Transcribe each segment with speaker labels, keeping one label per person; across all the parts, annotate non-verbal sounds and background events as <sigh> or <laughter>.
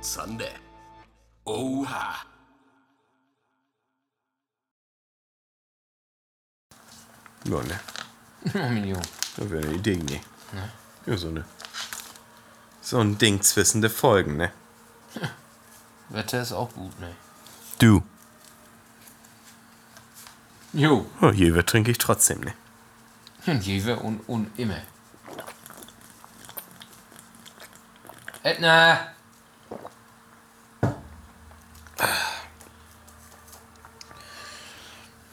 Speaker 1: Sunday.
Speaker 2: <laughs>
Speaker 1: Oha.
Speaker 3: Ja, ne.
Speaker 2: Oh, Million.
Speaker 3: Das wäre eine Idee, ne. Ja, so ne. So ein Ding zwischen der Folgen, ne.
Speaker 2: Wetter ist auch gut, ne?
Speaker 3: Du.
Speaker 2: Jo.
Speaker 3: Oh, Jewe trinke ich trotzdem, ne.
Speaker 2: Und jewe und, und immer. Edna!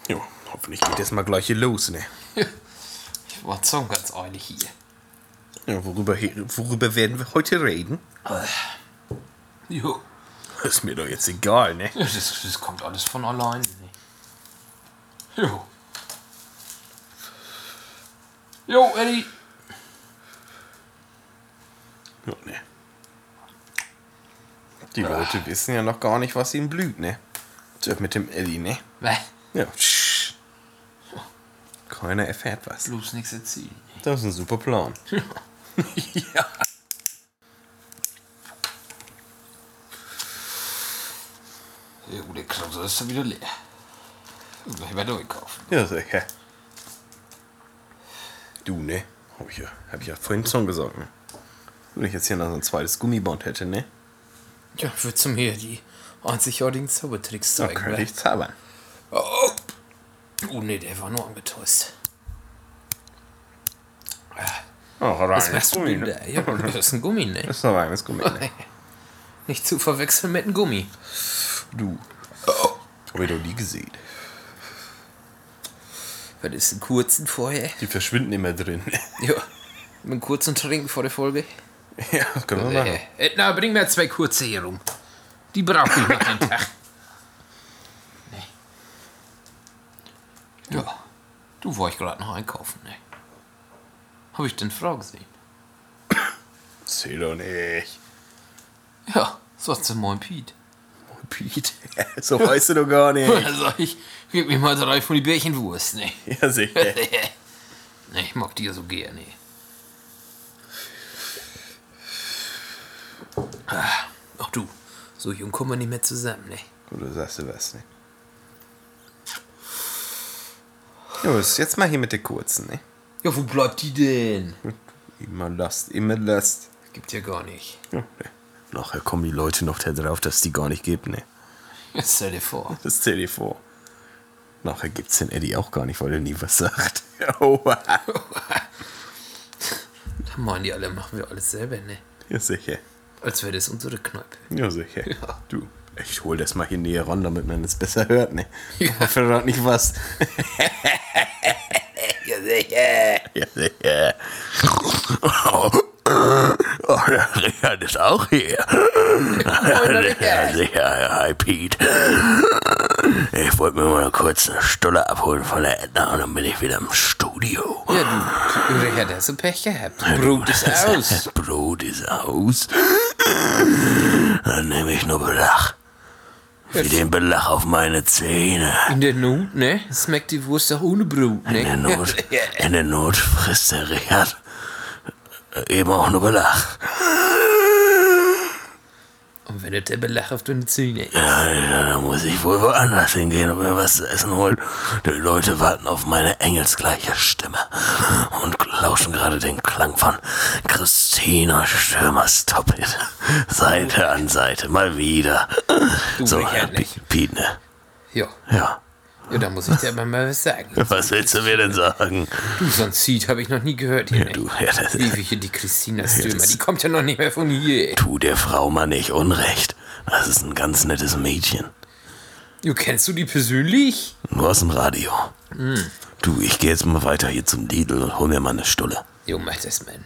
Speaker 3: Jo, hoffentlich geht das mal gleich hier los, ne.
Speaker 2: Ich war so ganz ehrlich hier.
Speaker 3: Ja, worüber, he- worüber werden wir heute reden?
Speaker 2: Jo.
Speaker 3: Ist mir doch jetzt egal, ne.
Speaker 2: Ja, Das, das kommt alles von allein. ne? Jo. Jo, Eddie.
Speaker 3: Ja, ne. Die Leute wissen ja noch gar nicht, was ihnen blüht, ne. So, mit dem Elli, ne.
Speaker 2: Bäh,
Speaker 3: Ja, psch. Keiner erfährt was.
Speaker 2: bloß nichts erzählen.
Speaker 3: Das ist ein super Plan.
Speaker 2: Ja. Ja gut, der Krause ist dann wieder leer. Und Gleich mal neu kaufen.
Speaker 3: Ja, sicher. Du, ne? Hab ich ja, hab ich ja vorhin schon gesagt, ne? Wenn ich jetzt hier noch so ein zweites Gummiband hätte, ne?
Speaker 2: Ja, wird zu mir die einzigartigen Zaubertricks
Speaker 3: Dann könnte ich zaubern.
Speaker 2: Oh, oh ne, der war nur angetäuscht.
Speaker 3: Oh,
Speaker 2: Was machst du denn da? <laughs>
Speaker 3: <laughs>
Speaker 2: Ja, das ist ein Gummi, ne? <laughs>
Speaker 3: Das ist ein reines Gummi, ne?
Speaker 2: Nicht zu verwechseln mit einem Gummi.
Speaker 3: Du. Hab ich doch nie gesehen.
Speaker 2: Was ist ein kurzen vorher?
Speaker 3: Die verschwinden immer drin. <laughs>
Speaker 2: Ja. Mit einem kurzen Trinken vor der Folge.
Speaker 3: ja, das können wir machen.
Speaker 2: Äh, Edna, bring mir zwei kurze hier rum. Die brauche ich noch einen Tag. Nee. Ja. Du war ich gerade noch einkaufen, ne? Hab ich den Frau gesehen?
Speaker 3: Zähl doch nicht. <laughs>
Speaker 2: Ja, sagt sie Moin Piet. <laughs>
Speaker 3: Piet. so weißt du doch gar nicht. <laughs>
Speaker 2: Da sag Also, ich, gib mir mal drei von die Bärchenwurst, <laughs> ne?
Speaker 3: Ja, sicher.
Speaker 2: ne, ich mag die ja so ne? gerne. Ah, Ach du, so jung kommen wir nicht mehr zusammen, ne?
Speaker 3: Gut, du sagst du was, ne? Los, jetzt mal hier mit der kurzen, ne?
Speaker 2: Ja, wo bleibt die denn?
Speaker 3: Immer Last, immer Last.
Speaker 2: Gibt ja gar nicht. <laughs>
Speaker 3: Ja, ne. Nachher kommen die Leute noch da drauf, dass die gar nicht gibt, ne?
Speaker 2: Jetzt stell dir vor.
Speaker 3: Das stell dir vor. Nachher gibt's den Eddie auch gar nicht, weil er nie was sagt. <laughs> Oh, Oha.
Speaker 2: Da meinen die alle, machen wir alles selber, ne?
Speaker 3: Ja, sicher.
Speaker 2: Als wäre das unsere Kneipe.
Speaker 3: Ja, sicher. Du, ich hol das mal hier näher ran, damit man es besser hört, ne?
Speaker 2: Ja.
Speaker 3: Ich verrat nicht was.
Speaker 2: Ja, sicher.
Speaker 3: Ja, sicher. Oh, oh, der Richard ist <laughs> auch hier. Ja, sicher, ja, hi Pete. Ich wollte mir mal kurz eine Stulle abholen von der Edna und dann bin ich wieder im Studio.
Speaker 2: Ja, du, Richard, hast du Pech gehabt. Brot ist aus. <laughs>
Speaker 3: Das Brot ist aus. Dann nehme ich nur Belach. Wie den Belach auf meine Zähne.
Speaker 2: In der Not, ne? Schmeckt die Wurst auch ohne Brot, ne?
Speaker 4: In der Not,
Speaker 2: Ja,
Speaker 4: in der Not frisst der Richard eben auch nur Belach.
Speaker 2: Und wenn du der Belach auf deine Zähne.
Speaker 4: Ja, da muss ich wohl woanders hingehen und mir was zu essen holen. Die Leute warten auf meine engelsgleiche Stimme und lauschen gerade den Klang von Christina Stürmers Top-Hit. Seite an Seite, mal wieder. so,
Speaker 2: Richard,
Speaker 4: Pi- Piet, ne?
Speaker 2: Ja.
Speaker 4: Ja.
Speaker 2: ja, da muss ich dir aber mal was sagen.
Speaker 4: Was willst du mir denn sagen?
Speaker 2: Du, so ein Seed habe ich noch nie gehört hier, ne?
Speaker 4: Du, ja, das
Speaker 2: Ewige, die Christina Stürmer, die kommt ja noch nicht mehr von hier.
Speaker 4: tu der Frau mal nicht Unrecht. Das ist ein ganz nettes Mädchen.
Speaker 2: Du, kennst du die persönlich?
Speaker 4: Du hast ein Radio. Du, ich gehe jetzt mal weiter hier zum Lidl und hol mir mal eine Stulle.
Speaker 2: Jo, mach das, man.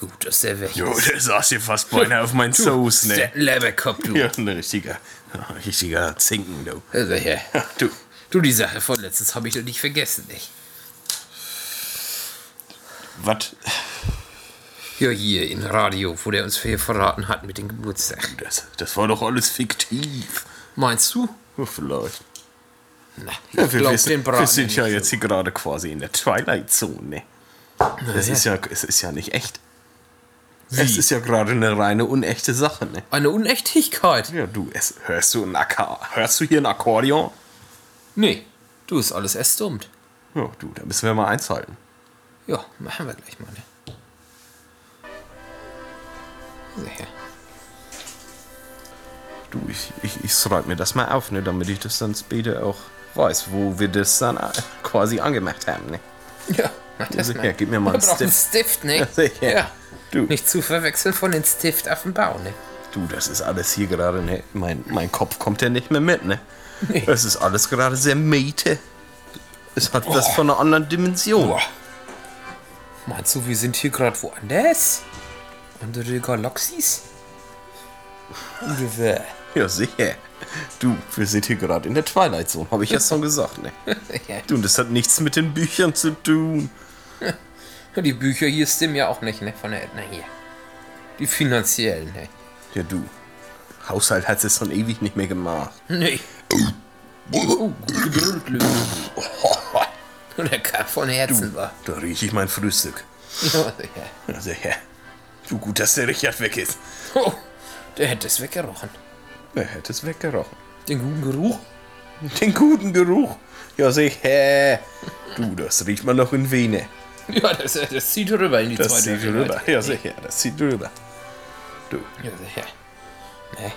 Speaker 2: Gut, dass der weg
Speaker 3: Jo,
Speaker 2: ist.
Speaker 3: der saß hier fast beinahe auf meinen Soße,
Speaker 2: Der
Speaker 3: ne?
Speaker 2: hat einen Leberkopf, du.
Speaker 3: Ja, ein richtiger, ein richtiger Zinken, du.
Speaker 2: Also, ja.
Speaker 3: Du,
Speaker 2: Du, die Sache von letztens habe ich doch nicht vergessen, nicht?
Speaker 3: was?
Speaker 2: Ja, hier im Radio, wo der uns hier verraten hat mit dem Geburtstag.
Speaker 3: Das, das war doch alles fiktiv.
Speaker 2: Meinst du?
Speaker 3: Oh, vielleicht.
Speaker 2: Na, ich
Speaker 3: <laughs> Ja, wir,
Speaker 2: glaub
Speaker 3: wissen,
Speaker 2: den Braten.
Speaker 3: wir sind ja
Speaker 2: nicht.
Speaker 3: jetzt hier gerade quasi in der Twilight Zone, ne? Das ist ja, es ist ja nicht echt. Es ist ja gerade eine reine unechte Sache, ne?
Speaker 2: Eine Unechtigkeit.
Speaker 3: Ja, du, es, hörst du ein Akka hörst du hier ein Akkordeon?
Speaker 2: Nee, du ist alles erstummt.
Speaker 3: Ja, du, da müssen wir mal eins halten.
Speaker 2: Ja, machen wir gleich mal. Ne? So, hier.
Speaker 3: Du, ich, ich, ich schreibe mir das mal auf, ne, damit ich das dann später auch weiß, wo wir das dann äh, quasi angemacht haben, ne?
Speaker 2: Ja, mach das
Speaker 3: Also,
Speaker 2: mal.
Speaker 3: ja, gib mir mal
Speaker 2: Wir
Speaker 3: einen
Speaker 2: brauchen einen
Speaker 3: Stift.
Speaker 2: Stift, ne?
Speaker 3: Ja, sicher. Du.
Speaker 2: Nicht zu verwechseln von den Stift auf dem Bau, ne?
Speaker 3: Du, das ist alles hier gerade, ne? Mein, mein Kopf kommt ja nicht mehr mit, ne?
Speaker 2: Nee.
Speaker 3: Es ist alles gerade sehr Mete. Es hat was von einer anderen Dimension.
Speaker 2: Meinst du, wir sind hier gerade woanders? Andere Galaxis? Oder wer?
Speaker 3: Ja, sicher. Du, wir sind hier gerade in der Twilight Zone,
Speaker 2: <laughs>
Speaker 3: habe ich ja schon gesagt, ne? Du, und das hat nichts mit den Büchern zu tun.
Speaker 2: Ja, Die Bücher hier stimmen ja auch nicht, ne? Von der Edna hier. Die finanziellen, ne?
Speaker 3: Ja, du. Haushalt hat es schon ewig nicht mehr gemacht.
Speaker 2: Nee. Oh, gute Brötlöse. Der Kampf von Herzen war. <laughs>
Speaker 3: Da rieche ich mein Frühstück. Also,
Speaker 2: Ja, ja.
Speaker 3: Ja, sicher. Du, gut, dass der Richard weg ist.
Speaker 2: Oh, der hätte es weggerochen.
Speaker 3: Er hätte es weggerochen.
Speaker 2: Den guten Geruch?
Speaker 3: Den guten Geruch. Ja, sicher. Du, das riecht man noch in Vene.
Speaker 2: Ja, das, das zieht rüber in die
Speaker 3: Das
Speaker 2: zweite
Speaker 3: zieht
Speaker 2: Welt.
Speaker 3: rüber. Ja, sicher. Das zieht rüber.
Speaker 2: Ja, sicher. Ne.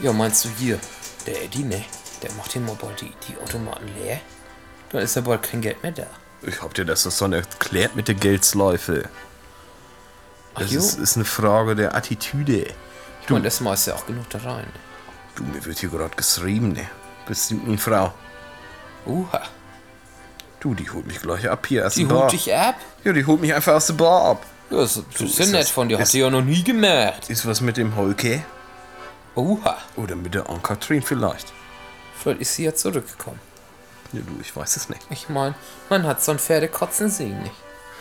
Speaker 2: Ja, meinst du hier? Der Eddie, ne? Der macht hier mal bald die, die Automaten leer. Dann ist ja bald kein Geld mehr da.
Speaker 3: Ich hab dir das doch schon erklärt mit der Geldsläufe. Das
Speaker 2: jo.
Speaker 3: ist, ist eine Frage der Attitüde.
Speaker 2: Ich meine, das meist ja auch genug da rein.
Speaker 3: Du, mir wird hier gerade geschrieben, ne? Bestimmt eine Frau.
Speaker 2: Uha.
Speaker 3: Du, die holt mich gleich ab hier aus
Speaker 2: Die
Speaker 3: der Bar.
Speaker 2: holt dich ab?
Speaker 3: Ja, die holt mich einfach aus der Bar ab.
Speaker 2: Ja, das, das ist ja
Speaker 3: ist
Speaker 2: nett
Speaker 3: das-
Speaker 2: von dir. Hat
Speaker 3: ist-
Speaker 2: sie ja noch nie gemerkt.
Speaker 3: Ist was mit dem Holke?
Speaker 2: Uha.
Speaker 3: Oder mit der Ankatrin vielleicht?
Speaker 2: Vielleicht ist sie ja zurückgekommen.
Speaker 3: Ja, du, ich weiß es nicht.
Speaker 2: Ich meine, man hat so ein Pferdekotzen sehen nicht.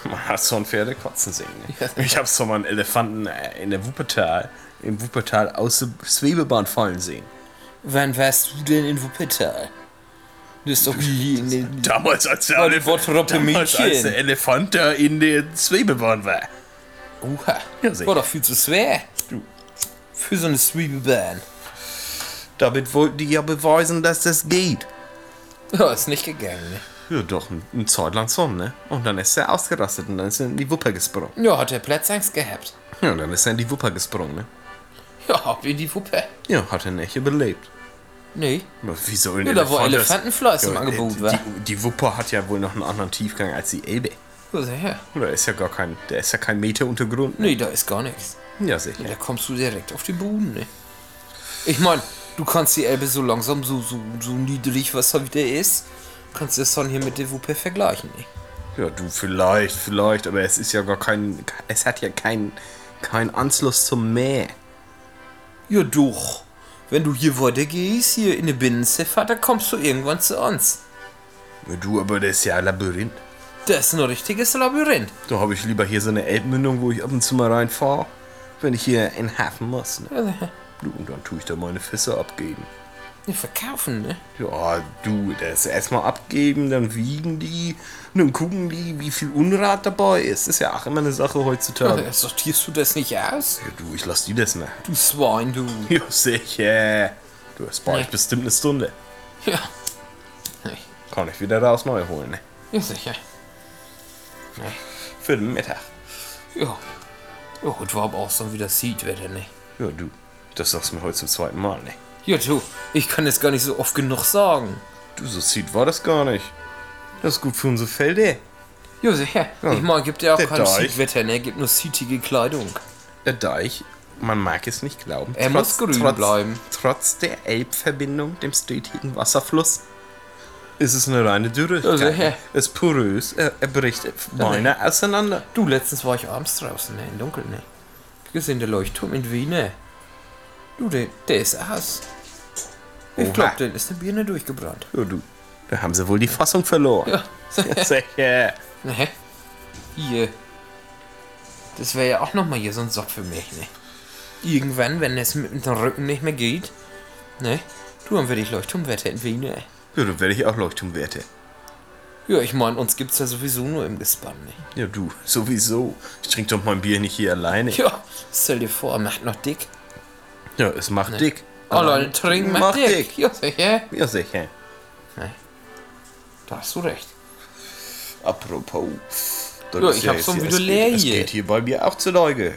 Speaker 3: Man hat so ein Pferde kotzen sehen.
Speaker 2: Ja.
Speaker 3: Ne? Ich hab so mal einen Elefanten äh, in der Wuppertal, im Wuppertal aus der Schwebebahn fallen sehen.
Speaker 2: Wann warst du denn in Wuppertal? Du bist doch nie in den...
Speaker 3: Damals, als der,
Speaker 2: Weil die
Speaker 3: Elef
Speaker 2: Wottroppe
Speaker 3: damals, als
Speaker 2: Mädchen.
Speaker 3: der Elefant da in der Schwebebahn war.
Speaker 2: Uha.
Speaker 3: Ja, sicher.
Speaker 2: War doch viel zu schwer.
Speaker 3: Du.
Speaker 2: Für so eine Schwebebahn.
Speaker 3: Damit wollten die ja beweisen, dass das geht.
Speaker 2: Ja, ist nicht gegangen. ne?
Speaker 3: Ja, doch, ein- eine Zeit lang schon, ne? Und dann ist er ausgerastet und dann ist er in die Wupper gesprungen.
Speaker 2: Ja, hat er Platzangst gehabt.
Speaker 3: Ja, und dann ist er in die Wupper gesprungen, ne?
Speaker 2: Ja, ab in die Wuppe.
Speaker 3: Ja, hat er nicht überlebt.
Speaker 2: Nee.
Speaker 3: Aber Wie sollen
Speaker 2: Ja, da war Elefantenfleiß im Angebot, wa?
Speaker 3: äh, die, die Wupper hat ja wohl noch einen anderen Tiefgang als die Elbe.
Speaker 2: Wo ist er her?
Speaker 3: Da ist ja gar kein, da ist ja kein Meter Untergrund.
Speaker 2: Nee, da ist gar nichts.
Speaker 3: Ja, sicher.
Speaker 2: Da kommst du direkt auf den Boden, ne? Ich meine, du kannst die Elbe so langsam, so, so, so niedrig, was da wieder ist, kannst du das dann hier mit der Wuppe vergleichen, ne?
Speaker 3: Ja, du vielleicht, vielleicht, aber es ist ja gar kein, es hat ja keinen kein Anschluss zum Meer.
Speaker 2: Ja, doch. Wenn du hier weitergehst, hier in der Binnenziffer, dann kommst du irgendwann zu uns.
Speaker 3: Ja, Du, aber das ist ja ein Labyrinth.
Speaker 2: Das ist ein richtiges Labyrinth. <laughs>
Speaker 3: Da habe ich lieber hier so eine Elbmündung, wo ich ab und zu mal reinfahre, wenn ich hier in den Hafen muss. Ne? Du, und dann tue ich da meine Fässer abgeben.
Speaker 2: Die verkaufen, ne?
Speaker 3: Ja, du, das erstmal abgeben, dann wiegen die, und dann gucken die, wie viel Unrat dabei ist. Ist ja auch immer eine Sache heutzutage.
Speaker 2: <laughs> Äh, Sortierst du das nicht aus?
Speaker 3: Ja, du, ich lass die das nach.
Speaker 2: Du Swine, du.
Speaker 3: <laughs>
Speaker 2: <laughs>
Speaker 3: Ja, sicher. Du, das brauche ich
Speaker 2: Nee.
Speaker 3: bestimmt eine Stunde.
Speaker 2: Ja. Nee,
Speaker 3: Kann ich wieder raus neu holen, ne?
Speaker 2: ja, sicher.
Speaker 3: Für den Mittag.
Speaker 2: Ja. Ja, und war aber auch so wieder sieht, wer denn nicht.
Speaker 3: Ja, du, das sagst du mir heute zum zweiten Mal, ne?
Speaker 2: Ja, du, ich kann das gar nicht so oft genug sagen.
Speaker 3: Du, so sieht war das gar nicht. Das ist gut für eh. unsere Felder.
Speaker 2: Ja, sicher. Ich meine, gibt ja auch
Speaker 3: Der
Speaker 2: kein
Speaker 3: Deich.
Speaker 2: Siehtwetter, ne? Gibt nur sietige Kleidung.
Speaker 3: Der Deich, Äh, man mag es nicht glauben.
Speaker 2: Er muss grün bleiben.
Speaker 3: Trotz der Elbverbindung, dem stetigen Wasserfluss, ist es eine reine Dürre.
Speaker 2: Also, hä?
Speaker 3: Es ist porös, er, er bricht beinahe auseinander.
Speaker 2: Du, letztens war ich abends draußen, ne? Im Dunkeln, ne? Hab Gesehen, der Leuchtturm in Wien, ne? Du, der, der ist aus. Ich
Speaker 3: Oha.
Speaker 2: glaub, den ist eine Birne durchgebrannt.
Speaker 3: Ja, du, da haben sie wohl die Fassung verloren.
Speaker 2: <laughs> Ja,
Speaker 3: <laughs> Ja, sicher.
Speaker 2: ne? Hier. Das wäre ja auch nochmal hier so ein Sock für mich, ne? Irgendwann, wenn es mit dem Rücken nicht mehr geht, ne? Du, dann werde ich Leuchtturmwetter in Wien, ne?
Speaker 3: Ja, dann werde ich auch Leuchtturmwerte.
Speaker 2: Ja, ich meine, uns gibt's ja sowieso nur im Gespann, ne?
Speaker 3: Ja, du, sowieso. Ich trinke doch mein Bier nicht hier alleine.
Speaker 2: Ja, stell dir vor, macht noch dick.
Speaker 3: Ja, es macht dick.
Speaker 2: Oh Leute, trinken macht,
Speaker 3: Macht
Speaker 2: dick.
Speaker 3: dick.
Speaker 2: Ja, sicher.
Speaker 3: Ja, sicher.
Speaker 2: Da hast du recht.
Speaker 3: Apropos. Das
Speaker 2: Ja,
Speaker 3: ist
Speaker 2: ich hab
Speaker 3: jetzt
Speaker 2: so ein
Speaker 3: hier-
Speaker 2: Video
Speaker 3: es geht-
Speaker 2: leer
Speaker 3: Es
Speaker 2: hier.
Speaker 3: geht hier bei mir auch zu Leuge.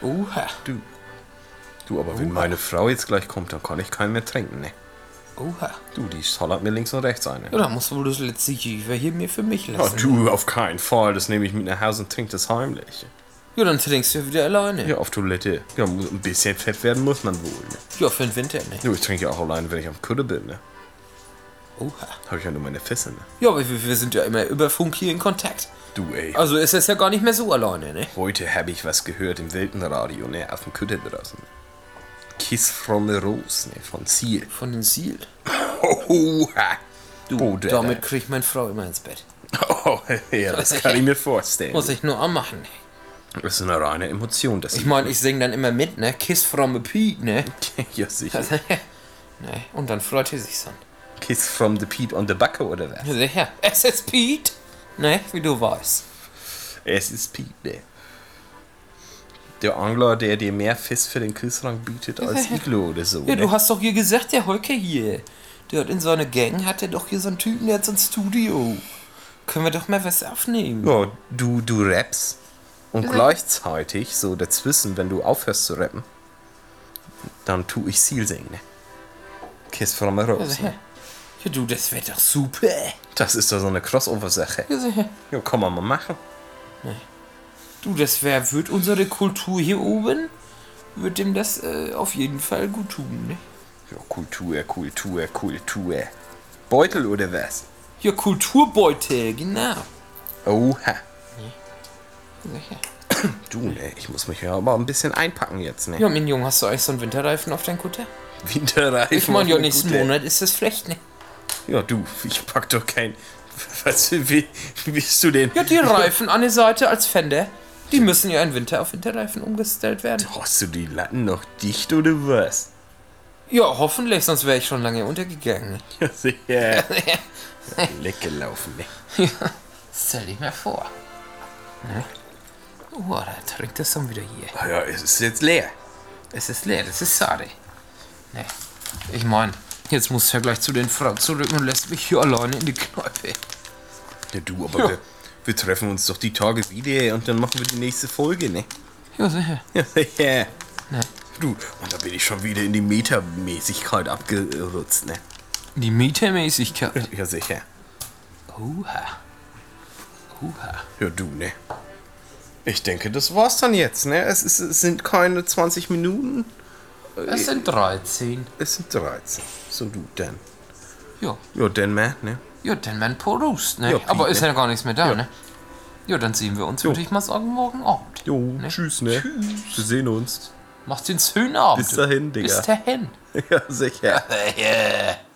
Speaker 2: Uha.
Speaker 3: Du, äh, aber wenn meine Frau jetzt gleich kommt, dann kann ich keinen mehr trinken, ne?
Speaker 2: Oha.
Speaker 3: Du, die hollert mir links und rechts eine.
Speaker 2: Ja, dann musst du wohl das letzte Jever hier mir für mich
Speaker 3: Ja,
Speaker 2: lassen.
Speaker 3: du, auf keinen Fall. Das nehme ich mit nach Hause und trinke das heimlich.
Speaker 2: Ja, dann trinkst du ja wieder alleine.
Speaker 3: Ja, auf Toilette. Ja, mu- ein bisschen fett werden muss man wohl. Ne?
Speaker 2: Ja, für den Winter, ne?
Speaker 3: Du, ich trinke ja auch alleine, wenn ich auf dem Kutte bin, ne?
Speaker 2: Oha.
Speaker 3: Habe ich ja nur meine Fässer, ne?
Speaker 2: Ja, aber wir, wir sind ja immer über Funk hier in Kontakt.
Speaker 3: Du, ey.
Speaker 2: Also ist es ja gar nicht mehr so alleine, ne?
Speaker 3: Heute habe ich was gehört im Weltenradio, ne? Auf dem Kutte draußen. Kiss from the Rose, ne? Von Ziel.
Speaker 2: Von den Seal.
Speaker 3: Oh, Oha.
Speaker 2: Du,
Speaker 3: Bruder.
Speaker 2: damit kriegt meine Frau immer ins Bett.
Speaker 3: <laughs> Oh, ja, das kann ich mir vorstellen.
Speaker 2: Muss ich nur anmachen.
Speaker 3: Das ist eine reine Emotion, das
Speaker 2: Ich meine, ich singe dann immer mit, ne? Kiss from a Pete, ne?
Speaker 3: <laughs>
Speaker 2: <laughs>
Speaker 3: ja sicher.
Speaker 2: ne? Und dann freut sie sich dann.
Speaker 3: Kiss from the Pete on the Backe oder was?
Speaker 2: Ja, sicher. Es ist Pete. Ne? Wie du weißt.
Speaker 3: Es ist Pete, ne? Der Angler, der dir mehr Fest für den Kühlschrank bietet
Speaker 2: <laughs>
Speaker 3: als Iglo oder so.
Speaker 2: Ja,
Speaker 3: ne?
Speaker 2: du hast doch hier gesagt, der Holker hier. Der hat in seiner Gang, hat er doch hier so einen Typen, der hat so ein Studio. Können wir doch mal was aufnehmen.
Speaker 3: ja, du, du rappst und gleichzeitig, so dazwischen, wenn du aufhörst zu rappen, dann tu ich Seal singen, ne? Kiss from a
Speaker 2: Ja,
Speaker 3: Rose.
Speaker 2: sicher.
Speaker 3: Ne?
Speaker 2: Also, Ja, du, das wäre doch super.
Speaker 3: Das ist doch so eine Crossover-Sache.
Speaker 2: Ja, sicher.
Speaker 3: Ja, kann man mal machen.
Speaker 2: Du, das wär, wird unsere Kultur hier oben, wird dem das äh, auf jeden Fall gut tun, ne?
Speaker 3: Ja, Kultur, Kultur, Kultur. Beutel oder was?
Speaker 2: Ja, Kulturbeute, genau. Also,
Speaker 3: Oha.
Speaker 2: Sicher.
Speaker 3: Du, ne, ich muss mich ja aber ein bisschen einpacken jetzt, ne?
Speaker 2: Ja, mein Junge, hast du eigentlich so einen Winterreifen auf deinen Kutter?
Speaker 3: Winterreifen.
Speaker 2: Ich meine, ja,
Speaker 3: auf eine
Speaker 2: nächsten
Speaker 3: gute-
Speaker 2: Monat ist das schlecht, ne?
Speaker 3: Ja, du, ich pack doch kein. Was wie, wie bist du denn?
Speaker 2: Ja, <laughs> die Reifen an der Seite als Fender, die müssen ja im Winter auf Winterreifen umgestellt werden.
Speaker 3: Hast du die Latten noch dicht oder was? <laughs>
Speaker 2: Ja, hoffentlich, sonst wäre ich schon lange untergegangen.
Speaker 3: Ja, sicher. Weggelaufen, ne?
Speaker 2: Stell dich mal vor. Ne? Oh, da trinkt das dann wieder hier.
Speaker 3: Ah Ja, es ist jetzt leer.
Speaker 2: Es ist leer, das ist schade. Ne. Ich meine, jetzt muss ich ja gleich zu den Frauen zurück und lässt mich hier alleine in die Kneipe.
Speaker 3: Ja, du, aber wir, wir treffen uns doch die Tage wieder und dann machen wir die nächste Folge, ne? <laughs>
Speaker 2: Ja, sicher.
Speaker 3: Ja, sicher. Du, und da bin ich schon wieder in die Metamäßigkeit abgerutscht, ne?
Speaker 2: Die Mietermäßigkeit.
Speaker 3: Ja, sicher.
Speaker 2: Oha. Oha.
Speaker 3: Ja, du, ne? Ich denke, das war's dann jetzt, ne? Es, ist, es sind keine 20 Minuten,
Speaker 2: Es sind 13.
Speaker 3: es sind 13. So, du, dann.
Speaker 2: Ja.
Speaker 3: Ja, dann, man, ne?
Speaker 2: Ja, dann mein Porust, ne?
Speaker 3: Ja, Piet,
Speaker 2: Aber ist
Speaker 3: ne?
Speaker 2: ja gar nichts mehr da, ne? Ja, dann sehen wir uns, würde ich mal sagen, morgen Abend.
Speaker 3: Jo, tschüss, ne? Tschüss. Wir sehen uns. <laughs>
Speaker 2: Macht's den schönen Abend.
Speaker 3: Bis dahin, Äh, Digga.
Speaker 2: Bis dahin.
Speaker 3: ja, sicher.
Speaker 2: Yeah.